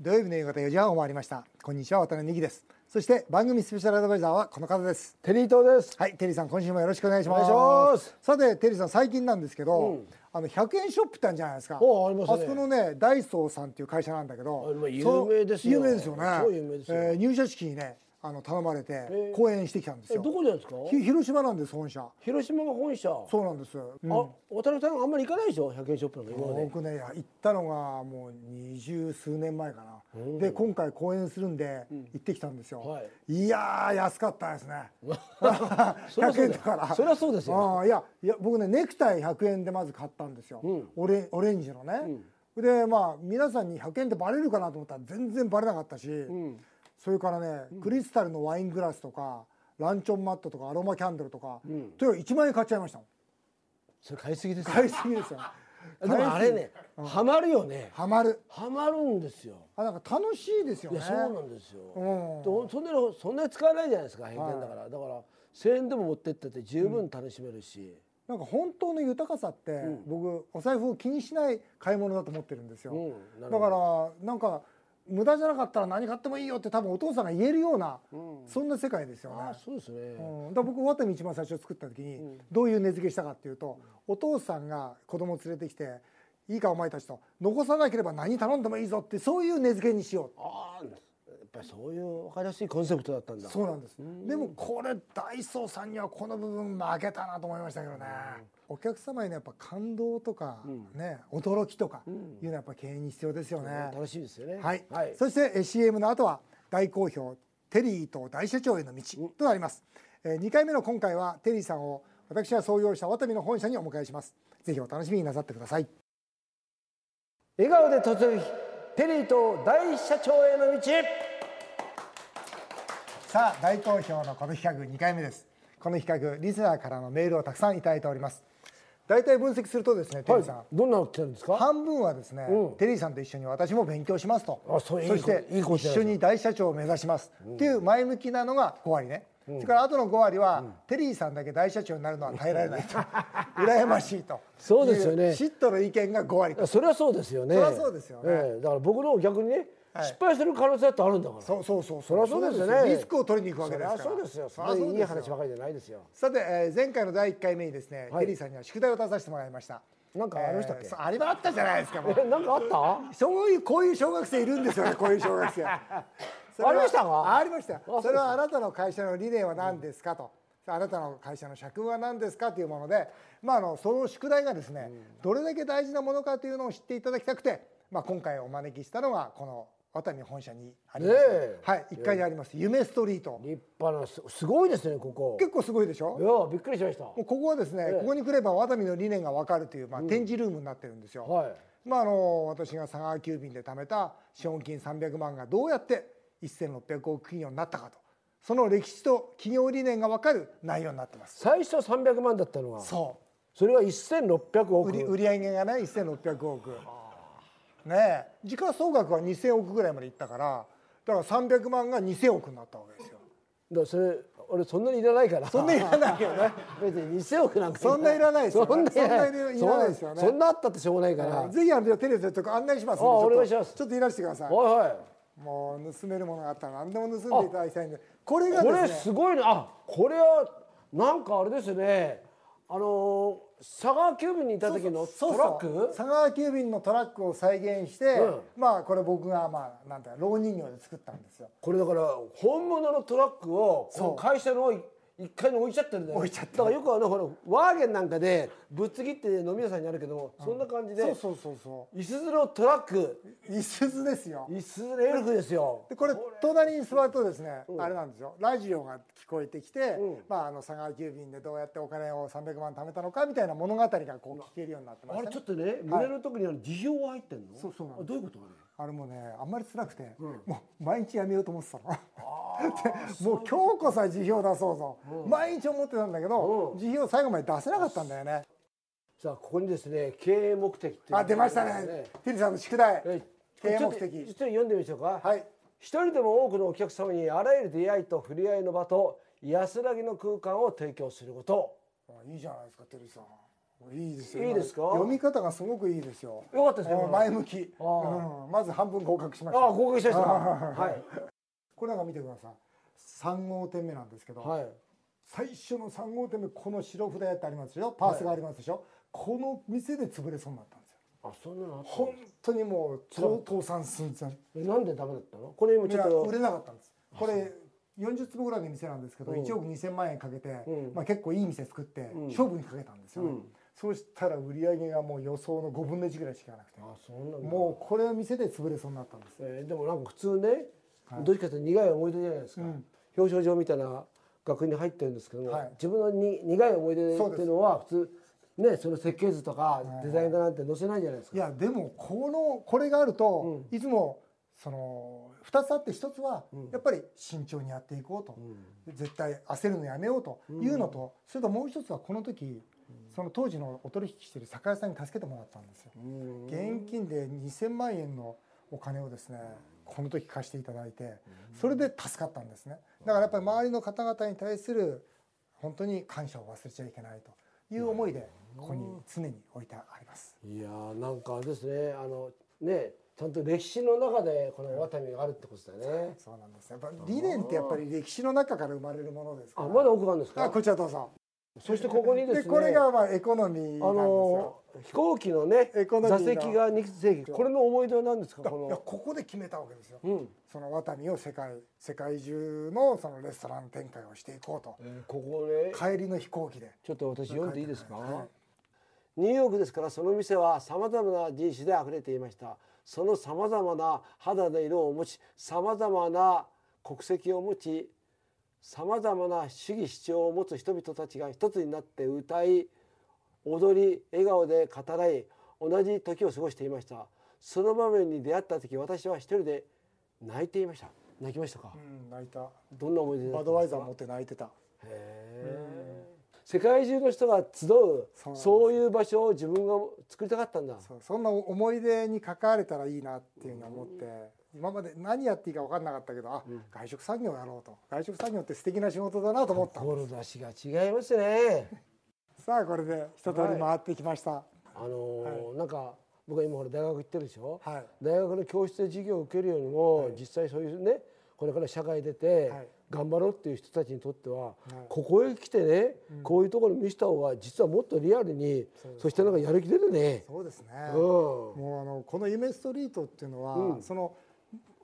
土曜日の夕方4時半を回りましたこんにちは渡辺美希ですそして番組スペシャルアドバイザーはこの方ですテリー東です。はいテリーさん今週もよろしくお願いしますお願いしますさてテリーさん最近なんですけど、あの100円ショップってあるじゃないですかおありますねそこのねダイソーさんっていう会社なんだけどあまあその有名です有よ名ですよね超有名ですよえー入社式にねあの頼まれて講演してきたんですえよ、どこでですか？ひ広島なんです本社広島が本社。そうなんです、うんあ、渡辺さんあんまり行かないでしょ？100円ショップなんか今まで。僕ねいや行ったのがもう二十数年前かなで今回公演するんで行ってきたんですよ、、はいやー安かったですね そりゃ 100そうだよ円だからそりゃそうですよあーいやいや僕ねネクタイ100円でまず買ったんですよ、オレオレンジのね、でまあ皆さんに100円ってバレるかなと思ったら全然バレなかったし、それからね、クリスタルのワイングラスとかランチョンマットとかアロマキャンドルとか、という1万円買っちゃいましたもんそれ買いすぎですよ。買いすぎですよでもあれね、ハマるよね。ハマるハマるんですよ。あなんか楽しいですよいねやそうなんですよ。うんとそんなのそんなに使わないじゃないですか。100円だから、だから1000円でも持ってってって十分楽しめるし。なんか本当の豊かさって、僕お財布を気にしない買い物だと思ってるんですよ、うんなるだからなんか無駄じゃなかったら何買ってもいいよって多分お父さんが言えるような、そんな世界ですよねあ、そうですね。うん、だから僕渡部一番最初作った時にどういう値付けしたかっていうと、お父さんが子供を連れてきていいかお前たちと残さなければ何頼んでもいいぞってそういう値付けにしようああ、やっぱりそういう分かりやすいコンセプトだったんだ。そうなんです、でもこれダイソーさんにはこの部分負けたなと思いましたけどね、お客様へのやっぱ感動とか、ね驚きとかいうのはやっぱ経営に必要ですよね、楽しいですよね。はい、はい。そしてえー CM の後は大好評テリーと大社長への道となります、え2回目の今回はテリーさんを私が創業したワタミの本社にお迎えしますぜひお楽しみになさってください笑顔で突撃テリーと大社長への道さあ大好評のこの企画2回目ですこの企画リスナーからのメールをたくさんいただいております大体分析するとですねテリーさん、どんなの来てるんですか半分はですね、テリーさんと一緒に私も勉強しますとあそういいしていいことじゃ一ないですか緒に大社長を目指します、っていう前向きなのが5割ね、それからあとの5割は、テリーさんだけ大社長になるのは耐えられないと 羨ましいとそうですよいねう嫉妬の意見が5割とそれはそうですよねそりゃそうですよねええだから僕の方逆にね、はい失敗してる可能性だってあるんだからそうそうそうそりゃそうですよねリスクを取りに行くわけですからそりゃそうですよそりゃそうそですんないいよ話ばかりじゃないですよさて、えー前回の第1回目にですね、はテいリーさんには宿題を出させてもらいましたなんかありましたっけえーそうありましたじゃないですかもう えなんかあったそういうこういう小学生いるんですよねこういう小 学生あありましたかありましたよあそうですそれはあなたの会社の理念は何ですかと、あなたの会社の社訓は何ですかというもので、まあ、あのその宿題がですね、どれだけ大事なものかというのを知っていただきたくて、まあ、今回お招きしたのがこの渡美本社にあります、ねえはい1階にあります夢ストリート立派なすすごいですねここ結構すごいでしょいやびっくりしましたもうここはですね、ここに来ればワタミの理念がわかるという、まあ、展示ルームになってるんですよ、はいまあ、あの私が佐川急便で貯めた資本金300万がどうやって1600億企業になったかとその歴史と企業理念がわかる内容になってます最初300万だったのがそそれは1600う売り億売り上げがね1600億ねえ時価総額は2000億ぐらいまでいったからだから300万が2000億になったわけですよだそれ俺そんなにいらないからそんないらないよね 別に2000億なんかそんないらないですよねそんないらないそんないらないですよねそんそんなあったってしょうがないから、ぜひあのテレビでちょっと案内しますんであちょっとお願いしますちょっといらしてくださいはいはいもう盗めるものがあったら何でも盗んでいただきたいんでこれがでこれすねすごいねあこれはなんかあれですねあのー佐川急便にいた時のそうそトうラック佐川急便のトラックを再現して、うんまあこれ僕がまあなんていうのろう人形で作ったんですよこれだから本物のトラックをこの会社の一階に置いちゃってるんだよ置いちゃってるだからよくあのほらワーゲンなんかでぶっちぎって飲み屋さんにあるけども、そんな感じでそうそうそうそいすずのトラックういすずですよいすずのエルフですよでこれ隣に座るとですね、あれなんですよラジオが聞こえてきて、うんまあ、あの佐川急便でどうやってお金を300万貯めたのかみたいな物語がこう聞けるようになってまあす、れねちょ、っとね胸のとこにあの辞表が入ってんのそうそうなんですあどういうことあれあれもうねあんまり辛くて、もう毎日やめようと思ってたの。でもう今日こそは辞表出そうぞ、毎日思ってたんだけど、うん辞表最後まで出せなかったんだよね。 さあここにですね経営目的っていうあ出ましたね。テリーさんの宿題。はい経営目ちょっとちょっと的。読んでみましょうかはい。一人でも多くのお客様にあらゆる出会いと触れ合いの場と安らぎの空間を提供することあいいじゃないですかテリーさん。いいですよいいですか読み方がすごくいいですよよかったですねうん前向き、あーうんまず半分合格しましたああ合格した人あはいこれなんか見てください3号店目なんですけど、はい最初の3号店目この白札屋ってありますでしょパースがありますでしょ、この店で潰れそうになったんですよあそんなのあった本当にもう倒倒産寸前えなんでダメだったのこれ今いちょやっ売とれなかったんですこれ40坪ぐらいの店なんですけどうん1億2000万円かけて、うんまあ、結構いい店作ってうん勝負にかけたんですよね、うんそうしたら売り上げがもう予想の5分の1ぐらいしかなくてあそんなももうこれ店で潰れそうになったんですう、えーでもなんか普通ね、はいどっちかというと苦い思い出じゃないですか、うん表彰状みたいな学園に入ってるんですけども、はい自分のに苦い思い出っていうのは普通ねその設計図とかデザイン画なんて載せないじゃないですいか、やでもこのこれがあると、いつもその2つあって1つはうんやっぱり慎重にやっていこうと、うん絶対焦るのやめようというのと、それともう一つはこの時その当時のお取引してる酒屋さんに助けてもらったんですよ。うん現金で2000万円のお金をですねこの時貸していただいてそれで助かったんですねだからやっぱり周りの方々に対する本当に感謝を忘れちゃいけないという思いでここに常に置いてありますいやーなんかあれですねあのねちゃんと歴史の中でこのワタミがあるってことだよねそうなんですやっぱ理念ってやっぱり歴史の中から生まれるものですかあらまだ奥があるんですあかこちらどうぞそしてここにですねでこれがまあエコノミーなんですあよの飛行機のねエコノミー座の席が2席これの思い出は何ですかだいやこここで決めたわけですよのうんそのワタミを世界世界中のそのレストラン展開をしていこうとここね帰りの飛行機でちょっと私読んでいいですか、はいニューヨークですからその店はさまざまな人種であふれていましたそのさまざまな肌の色を持ちさまざまな国籍を持ちさまざまな主義主張を持つ人々たちが一つになって歌い踊り笑顔で語らい同じ時を過ごしていましたその場面に出会った時私は一人で泣いていました泣きましたか、うん泣いたどんな思い出だったバんですドワイザーか持って泣いてたへえ世界中の人が集うそそうなんですういう場所を自分が作りたかったんだそうそんな思い出に関われたらいいなっていうのを思って、今まで何やっていいか分かんなかったけどあ、外食産業やろうと外食産業って素敵な仕事だなと思った志が違いますねさあこれで一通り回ってきましたはあのーなんか僕は今ほら大学行ってるでしょ、い、大学の教室で授業を受けるよりも、実際そういうねこれから社会出てはい頑張ろうっていう人たちにとっては、ここへ来てね、こういうところ見せた方が実はもっとリアルにそ,、してなんかやる気出るね。そうですね、うんもうあのこの「夢ストリート」っていうのは、その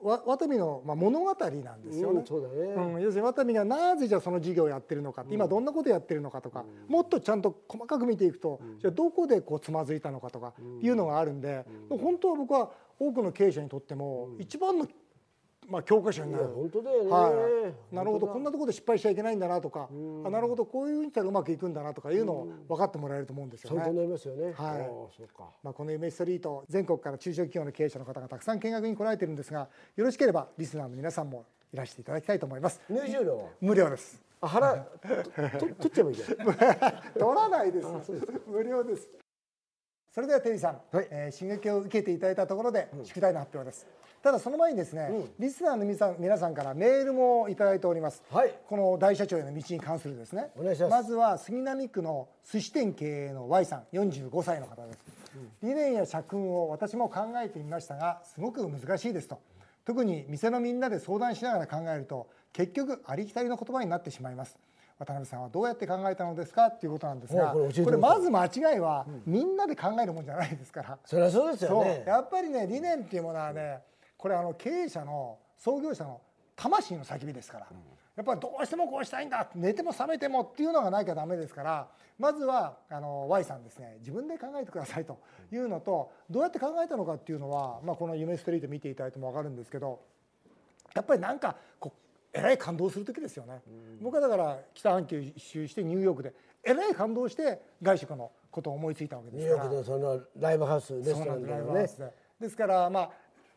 わワタミの、まあ、物語なんですよね、うんそうだね、うん、要するにワタミがなぜじゃあその事業をやってるのかって、今どんなことやってるのかとか、もっとちゃんと細かく見ていくと、じゃあどこでこうつまずいたのかとかいうのがあるんで、本当は僕は多くの経営者にとっても一番の、まあ、教科書にいなやる。本当だよね、はい、なるほどこんななところで失敗しちゃいけないんだなとか、あなるほどこういうふうにしたらうまくいくんだなとかいうのを分かってもらえると思うんですよ参考ねに。なりますよね、はいああそうかまあ、この夢ストリート全国から中小企業の経営者の方がたくさん見学に来られてるんですがよろしければリスナーの皆さんもいらしていただきたいと思います。入場料は無料ですあ腹とと取っちゃえばいいじゃん 取らないです。無料です。それではテリーさん、はいえー、進撃を受けていただいたところで宿題の発表です。ただその前にですね、リスナーの皆さん皆さんからメールもいただいております。 はいこの大社長への道に関するですね。お願いしますずは杉並区の寿司店経営の Y さん、45歳の方です。理念や社訓を私も考えてみましたが、すごく難しいですと。特に店のみんなで相談しながら考えると、結局ありきたりの言葉になってしまいます。渡辺さんはどうやって考えたのですかっていうことなんですが、おうこれ教えてこくれださいまず間違いはみんなで考えるもんじゃないですから。そりゃそうですよそうねやっぱりね理念っていうものはねこれあの経営者の創業者の魂の叫びですから、やっぱりどうしてもこうしたいんだ寝ても覚めてもっていうのがなきゃダメですからまずはあの Y さんですね自分で考えてくださいというのとどうやって考えたのかっていうのは、まあ、この「夢ストリート」見ていただいても分かるんですけどやっぱりなんかこうえらい感動する時ですよね、僕はだから北半球一周してニューヨークでえらい感動して外食のことを思いついたわけでニュすーかヨらークのそのライブハウスレスそうトなラんンでですライブハウねスでですからまあ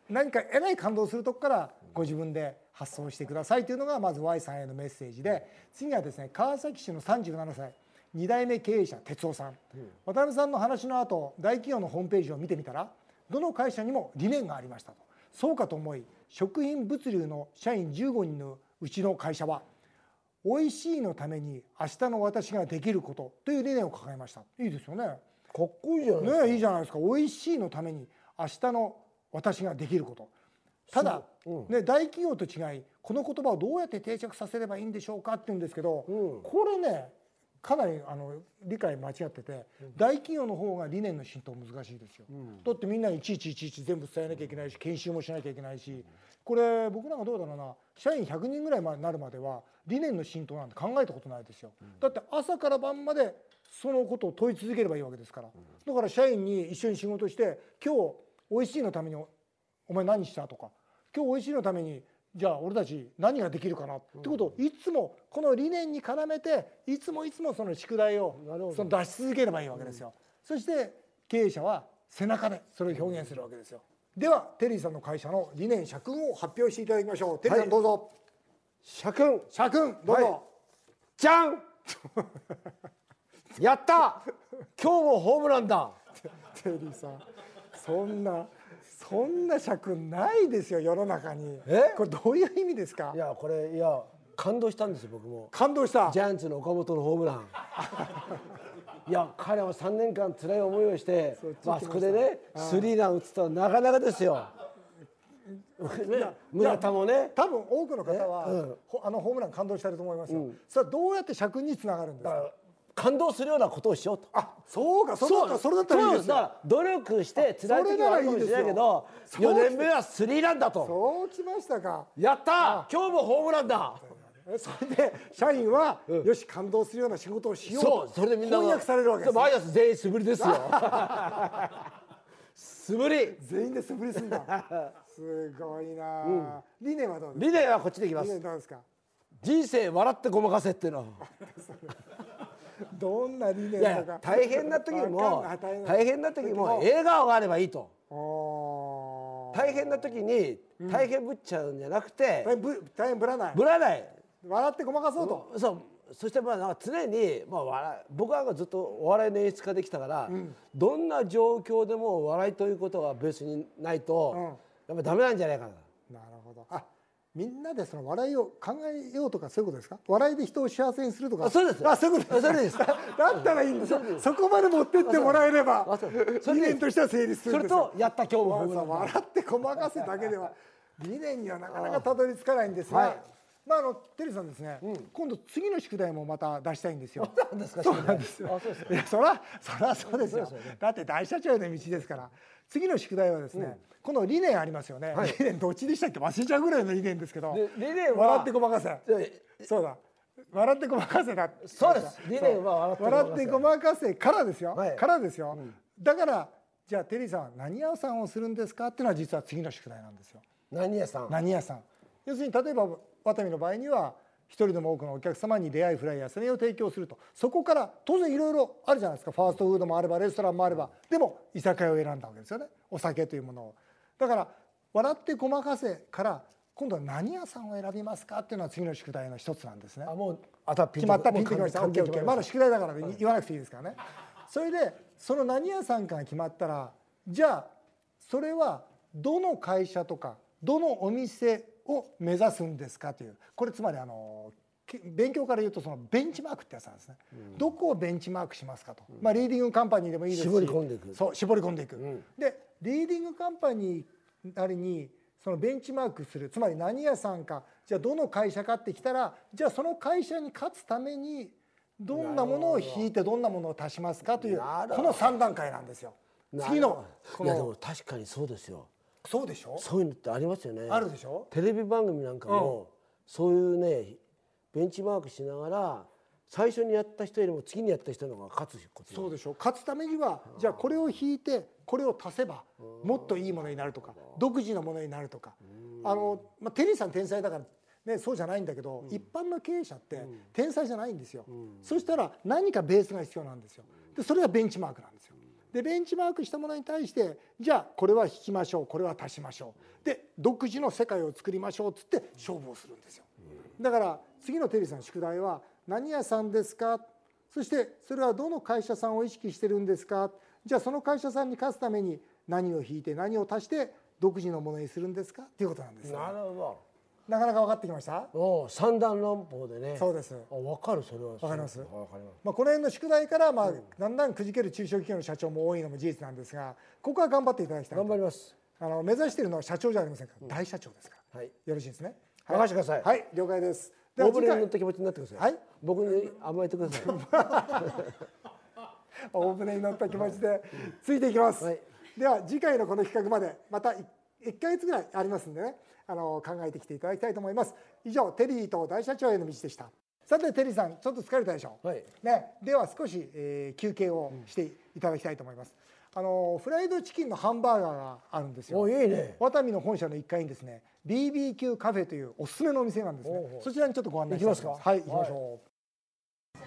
何かえらい感動するとこからご自分で発想してくださいというのがまず Y さんへのメッセージで次はですね川崎市の37歳2代目経営者哲夫さん渡辺さんの話の後大企業のホームページを見てみたらどの会社にも理念がありましたとそうかと思い食品物流の社員15人のうちの会社は美味しいのために明日の私ができることという理念を掲げましたいいですよねかっこいいじゃないですかねいいじゃないですか美味しいのために明日の私ができることただ、そううんね、大企業と違いこの言葉をどうやって定着させればいいんでしょうかって言うんですけど、うんこれねかなりあの理解間違ってて、大企業の方が理念の浸透難しいですよ、だってみんなにいちいちいちいち全部伝えなきゃいけないし研修もしなきゃいけないしこれ僕なんかどうだろうな社員100人ぐらいまになるまでは理念の浸透なんて考えたことないですよ、だって朝から晩までそのことを問い続ければいいわけですから、だから社員に一緒に仕事して今日おいしいのためにお前何したとか今日おいしいのためにじゃあ俺たち何ができるかなってことをいつもこの理念に絡めていつもいつもその宿題をなるほどその出し続ければいいわけですよ、そして経営者は背中でそれを表現するわけですよ、ではテリーさんの会社の理念社訓を発表していただきましょうテリーさんどうぞ、社訓社訓どうぞ、はいじゃん やった今日もホームランだテリーさんそんなそんな社訓ないですよ世の中にえこれどういう意味ですかいやこれいや感動したんですよ僕も感動したジャイアンツの岡本のホームランいや彼は3年間辛い思いをしてそっち行きままああしたそこでねスリーラン打つとはなかなかですよね村田もね多分多くの方は、えうんほあのホームラン感動してると思いますよ、さあどうやって社訓につながるんですか感動するようなことをしようとあそうかそれだったらそれだったらいいですそうよだから努力して辛い時もあるかもしれないけどそれならいいですよ4年目はスリーランだとそうきましたかやった今日もホームランだえそれで社員は、よし感動するような仕事をしようそうとそれでみんな翻訳されるわけですね毎朝全員素振 りですよ素振り全員で素振りするん だすごいなあ、理念はどうですリレーはこっちでいきかま理す念どうですか人生笑ってごまかせってい うのどんな理念いやいだやか大変な時もわかんない大変な時も笑顔があればいいとおー大変な時に大変ぶっちゃうんじゃなくて大変ぶ大変ぶらないぶらない笑ってごまかそうと、そうそしてまあなんか常に、まあ、笑い僕はずっとお笑いの演出家できたから、どんな状況でも笑いということがベースにないと、やっぱダメなんじゃないかななるほどあみんなでその笑いを考えようとかそういうことですか笑いで人を幸せにするとかあそうですあそういうことあそれですだったらいいんですよそこまで持ってってもらえればあそうですそ理れで念としては成立すそるんれですよとやった今日もホームランだ笑ってごまかせだけで は理念にはなかなかたどり着かないんですが、はいまああのテリーさんですね、今度次の宿題もまた出したいんです よ。なんですかそうなんですよ。いやそらそらそうですよ。だって大社長への道ですから。次の宿題はですね、この理念ありますよね、理念どっちでしたっけ忘れちゃうぐらいの理念ですけどで理念は笑ってごまかせでそうだ笑ってごまかせだそうです理念はそう笑笑っっててごごままかせからですよ、はいからですよ、だからじゃあテリーさんは何屋さんをするんですかっていうのは実は次の宿題なんですよ何屋さん何屋さん要するに例えばワタミの場合には一人でも多くのお客様に出会いフライやそれを提供するとそこから当然いろいろあるじゃないですかファーストフードもあればレストランもあればでも居酒屋を選んだわけですよねお酒というものをだから「笑ってごまかせ」から今度は何屋さんを選びますかっていうのは次の宿題の一つなんですねあもうあたピン決とまったピンときましたもう完全 OKOK に決ままだり宿題だからね言わなくていいですからねそれでその何屋さんかが決まったらじゃあそれはどの会社とかどのお店を目指すんですかというこれつまりあのけ勉強から言うとそのベンチマークってやつなんですね、どこをベンチマークしますかと、まあ、リーディングカンパニーでもいいですし絞り込んでいくそう絞り込んでいく、でリーディングカンパニーなりにそのベンチマークするつまり何屋さんかじゃあどの会社かってきたらじゃあその会社に勝つためにどんなものを引いてどんなものを足しますかというなるこほの3段階なんですよな次のこいやでのも確かにそうですよそうでしょそういうのってありますよねあるでしょテレビ番組なんかも、そういうねベンチマークしながら最初にやった人よりも次にやった人の方が勝つことそうでしょ勝つためにはじゃあこれを引いてこれを足せばもっといいものになるとか独自のものになるとかあの、まあ、テリーさん天才だから、ね、そうじゃないんだけど、一般の経営者って天才じゃないんですよ、そしたら何かベースが必要なんですよでそれがベンチマークなんですよでベンチマークしたものに対してじゃあこれは引きましょうこれは足しましょうで独自の世界を作りましょうっつって勝負をするんですよだから次のテリーさんの宿題は何屋さんですかそしてそれはどの会社さんを意識してるんですかじゃあその会社さんに勝つために何を引いて何を足して独自のものにするんですかっていうことなんですよなるほどなかなか分かってきましたおう三段論法でねそうですあ分かるそれはわかりますわかりままあ、この辺の宿題から、まあだんだんくじける中小企業の社長も多いのも事実なんですがここは頑張っていただきたすいと頑張りますあの目指しているのは社長じゃありませんから、大社長ですからはいよろしいですね任せてくださいはい了解ですでは大次船に回乗った気持ちになってくださいはい僕に甘えてください 大船に乗った気持ちでついていきます、はいでは次回のこの企画までまた1ヶ月ぐらいありますんでねあの考えてきていただきたいと思います以上テリーと大社長への道でしたさてテリーさんちょっと疲れたでしょ、はいね、では少し、えー休憩をしていただきたいと思います、あのフライドチキンのハンバーガーがあるんですよおいいねワタミの本社の1階にですね BBQ カフェというおすすめのお店なんですねほうほうそちらにちょっとご案内したいと思います行きますかはい行きましょ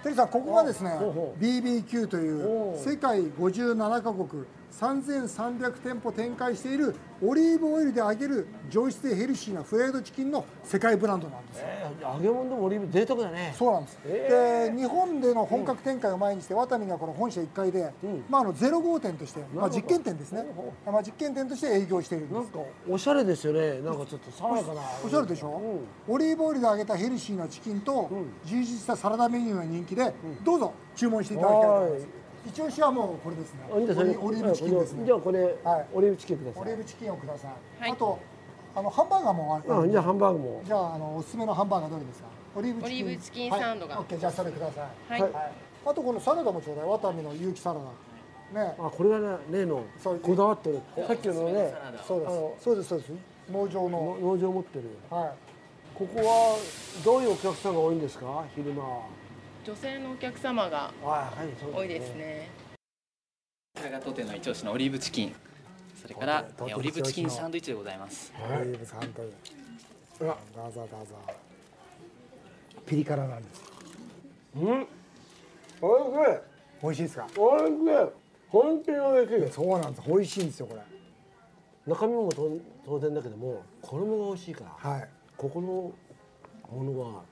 うテリーさんここがですねほうほ BBQ というほう世界57カ国3300店舗展開しているオリーブオイルで揚げる上質でヘルシーなフライドチキンの世界ブランドなんですよえー揚げ物でもオリーブ贅沢だねそうなんです、へで日本での本格展開を前にして、ワタミがこの本社1階で、うんまあ、あの0号店として、まあ、ほど実験店ですねほうほ、まあ、実験店として営業しているんですなんかおしゃれですよねなんかちょっと爽やかなおしゃれでしょ、オリーブオイルで揚げたヘルシーなチキンと、ん充実したサラダメニューが人気で、どうぞ注文していただきたいと思いますは一押しはもうこれですねあいいんですオよリオリーブチキンですねじゃあこれ、はいオリーブチキンくださオいリーブチキンをください、はいあとあのハンバーガーもあうるん、じゃあハンバーグも。じゃああのおすすめのハンバーガーどれですかオリーブチキンオリーブチキンサンドがはい、オッケーじゃあそれください、はい、はいはい、あとこのサラダもちょうだいワタミの有機サラダねあ、これがね、例のそうこだわってる。さっきのね、そうであのすそうですそうです農場のの農場持ってる。はいここはどういうお客さんが多いんですか、昼間は。女性のお客様がはい、はい、そう多いです。ねこれが当店の一押しのオリーブチキンそれから当店えーオリーブチキンサンドイッチでございますオリーブサンドイッチうわどうぞどうぞピリ辛なんですうん。おいしい。美味しいですかおいしい。本当においしいです。そうなんです美味しいんですよこれ中身も当当然だけども、衣が美味しいから。はいここのものは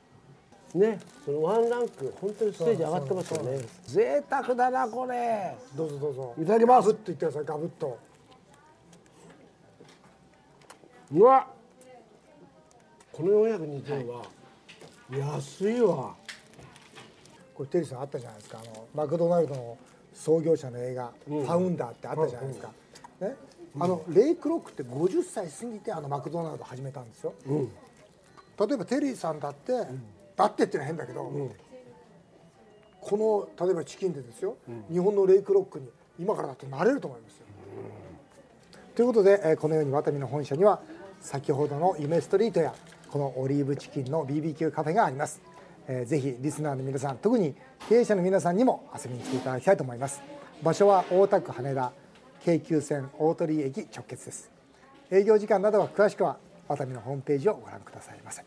ねそのワンランク本当にステージ上がってますよね贅沢だなこれどうぞどうぞいただきますガブッといってくださいガブッとうわこの420円は安いわ、これテリーさんあったじゃないですかあのマクドナルドの創業者の映画「ファウンダー」ってあったじゃないですか、ね、あのレイ・クロックって50歳過ぎてあのマクドナルド始めたんですよ、例えばテリーさんだって、だってっていうのは変だけど、この例えばチキンでですよ、日本のレイ・クロックに今からだってなれると思いますよ、ということで、えーこのようにワタミの本社には先ほどの夢ストリートやこのオリーブチキンの BBQ カフェがあります、えーぜひリスナーの皆さん特に経営者の皆さんにも遊びに来ていただきたいと思います場所は大田区羽田京急線大鳥駅直結です営業時間などは詳しくはワタミのホームページをご覧くださいませ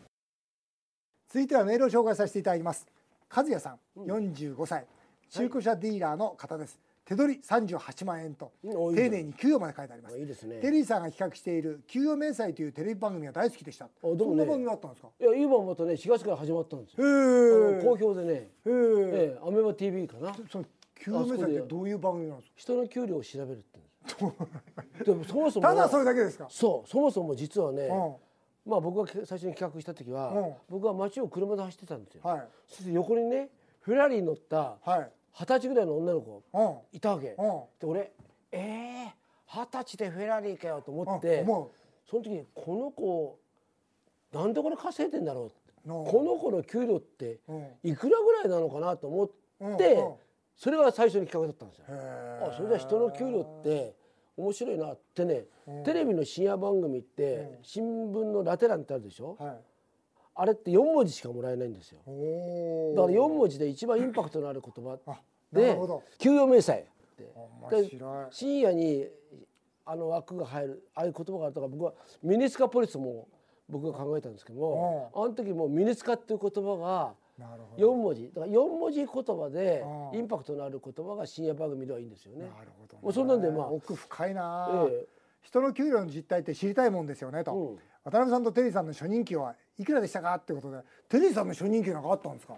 続いてはメールを紹介させていただきます和也さん、45歳中古車ディーラーの方です、手取り38万円とうんおいいね丁寧に給与まで書いてありますあいいですねテリーさんが企画している「給与明細」というテレビ番組が大好きでしたどうそもねんな番組があったんですかいや今またね4月から始まったんですよへあのえ好評でね、へえええアメバ TV かなその給与明細ってどういう番組なんですか人の給料を調べるって 言うんですよでもそもそもただそれだけですかそうそもそも実はね、うまあ僕がけ最初に企画した時は、うん僕は街を車で走ってたんですよ、はいそして横にねフェラーリに乗ったはい二十歳ぐらいの女の子うんいたわけ、うんで俺ええ二十歳でフェラーリかよと思っうんて、思その時にこの子なんでこれ稼いでんだろうってうのこの子の給料ってうんいくらぐらいなのかなと思って、うんうんそれが最初の企画だったんですよ。へあそれじゃ人の給料って面白いなってね、テレビの深夜番組って、新聞のラテ欄ってあるでしょ、えはいあれって4文字しかもらえないんですよおおだから4文字で一番インパクトのある言葉あなるでほど給与明細で面白い深夜にあの枠が入るああいう言葉があるとか僕はミニスカポリスも僕が考えたんですけどもあの時もミニスカっていう言葉がなるほど4文字だから4文字言葉でうんインパクトのある言葉が深夜番組ではいいんですよなね。るほどねもうそんなんでまあ奥深いなあ、ええ人の給料の実態って知りたいもんですよねと、うん渡辺さんとテリーさんの初任給はいくらでしたかってことでテリーさんの初任給なんかあったんですか、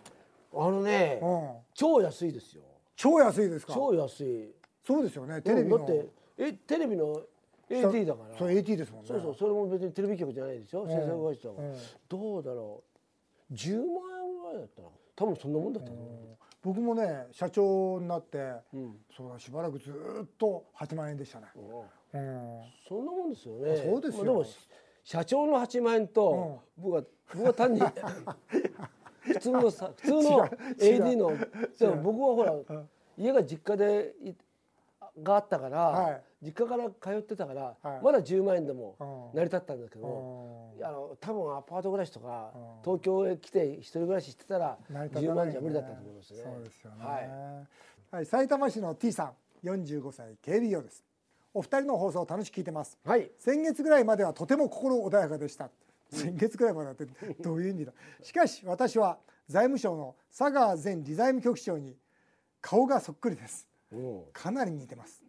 あのねうん、超安いですよ超安いですか超安い。そうですよねテレビの、うんだってえテレビの AT だからそう AT ですもんねそうそうそれも別にテレビ局じゃないでしょ、制作会社だから、うんどうだろう10万円ぐらいだったな多分そんなもんだったと思僕もね社長になってう、うんそうだしばらくずーっと8万円でしたね、うん、そんなもんですよねそうですよまあも社長の8万円と、僕は僕 は単に普通のさ普通違のう AD のでも僕はほら家が実家でいがあったから、はい実家から通ってたから、はいまだ10万円でもうん成り立ったんだけど、うんあの多分アパート暮らしとか、うん東京へ来て一人暮らししてたら成り立たないよね10万じゃ無理だったと思いますね。そうですよね。はいはい、埼玉市の T さん、45歳警備業です。お二人の放送を楽しく聞いてます。はい先月ぐらいまではとても心穏やかでした。先月ぐらいまでだって どういう意味だ。しかし私は財務省の佐川前理財務局長に顔がそっくりです。うんかなり似てます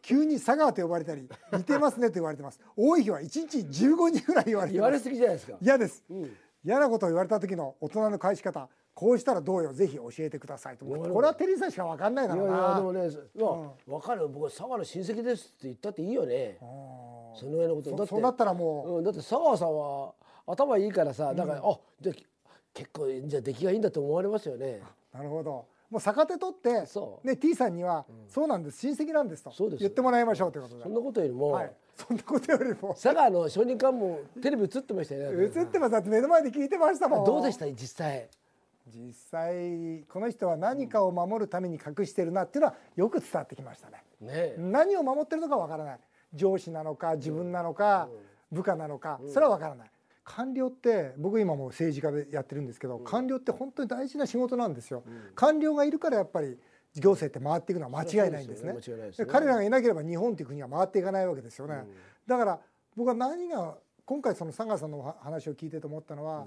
急に佐川と呼ばれた り似てますねと言われてます多い日は1日15人ぐらい言われて言まわすれすぎじゃないですか。嫌です、嫌なことを言われた時の大人の返し方こうしたらどうよぜひ教えてくださいと思ってなるこほどれはテリーさんしか分かんないだいろうやいなやでもね、うわ分かるよ僕は佐賀の親戚ですって言ったっていいよねそのぐらいのことそだってそうなったらもうん、だって佐川さんは頭いいからさだから、あじゃあ結構じゃあ出来がいいんだと思われますよねなるほどもう逆手取ってそ、うね、T さんには、そうなんです親戚なんですとそうですよ言ってもらいましょうということでそんなことよりも、はい、そんなことよりも佐賀の証人官もテレビ映ってましたよ映ねってますだって目の前で聞いてましたもんどうでした実際実際この人は何かを守るために隠してるなっていうのはよく伝わってきましたねね何を守ってるのかわからない上司なのか自分なのか部下なのかそれはわからない官僚って僕今もう政治家でやってるんですけど官僚って本当に大事な仕事なんですよ官僚がいるからやっぱり行政って回っていくのは間違いないんですねそりゃそうですよね間違いないですねで彼らがいなければ日本っていう国は回っていかないわけですよね、だから僕は何が今回その佐賀さんのお話話を聞いてと思ったのは、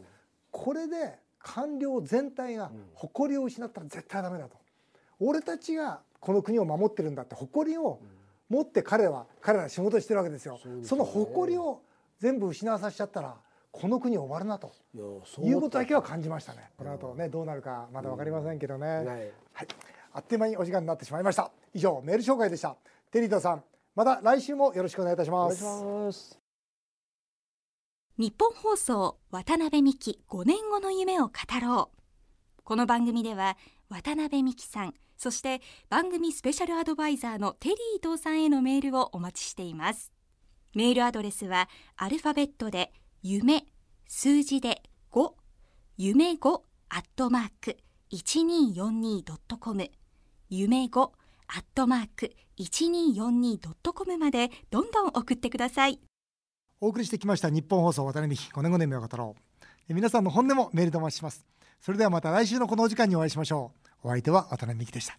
これで官僚全体が誇りを失ったら絶対ダメだと、俺たちがこの国を守ってるんだって誇りを持って彼は彼らは仕事してるわけですよその誇りを全部失わさせちゃったらこの国終わるなといやそいう思ことっただけは感じましたねこの後ねどうなるかまだ分かりませんけどね、ないはい、あっという間にお時間になってしまいました以上メール紹介でしたテリーとさんまた来週もよろしくお願いいたしおま願いすします日本放送渡辺美希5年後の夢を語ろうこの番組では渡辺美希さんそして番組スペシャルアドバイザーのテリー伊藤さんへのメールをお待ちしていますメールアドレスはアルファベットで夢数字で5夢5アットマーク 1242.com 夢5アットマーク 1242.com までどんどん送ってくださいお送りしてきました日本放送渡辺美希5年5年目を語ろうえ皆さんの本音もメールでお待ちしますそれではまた来週のこのお時間にお会いしましょうお相手は渡辺美希でした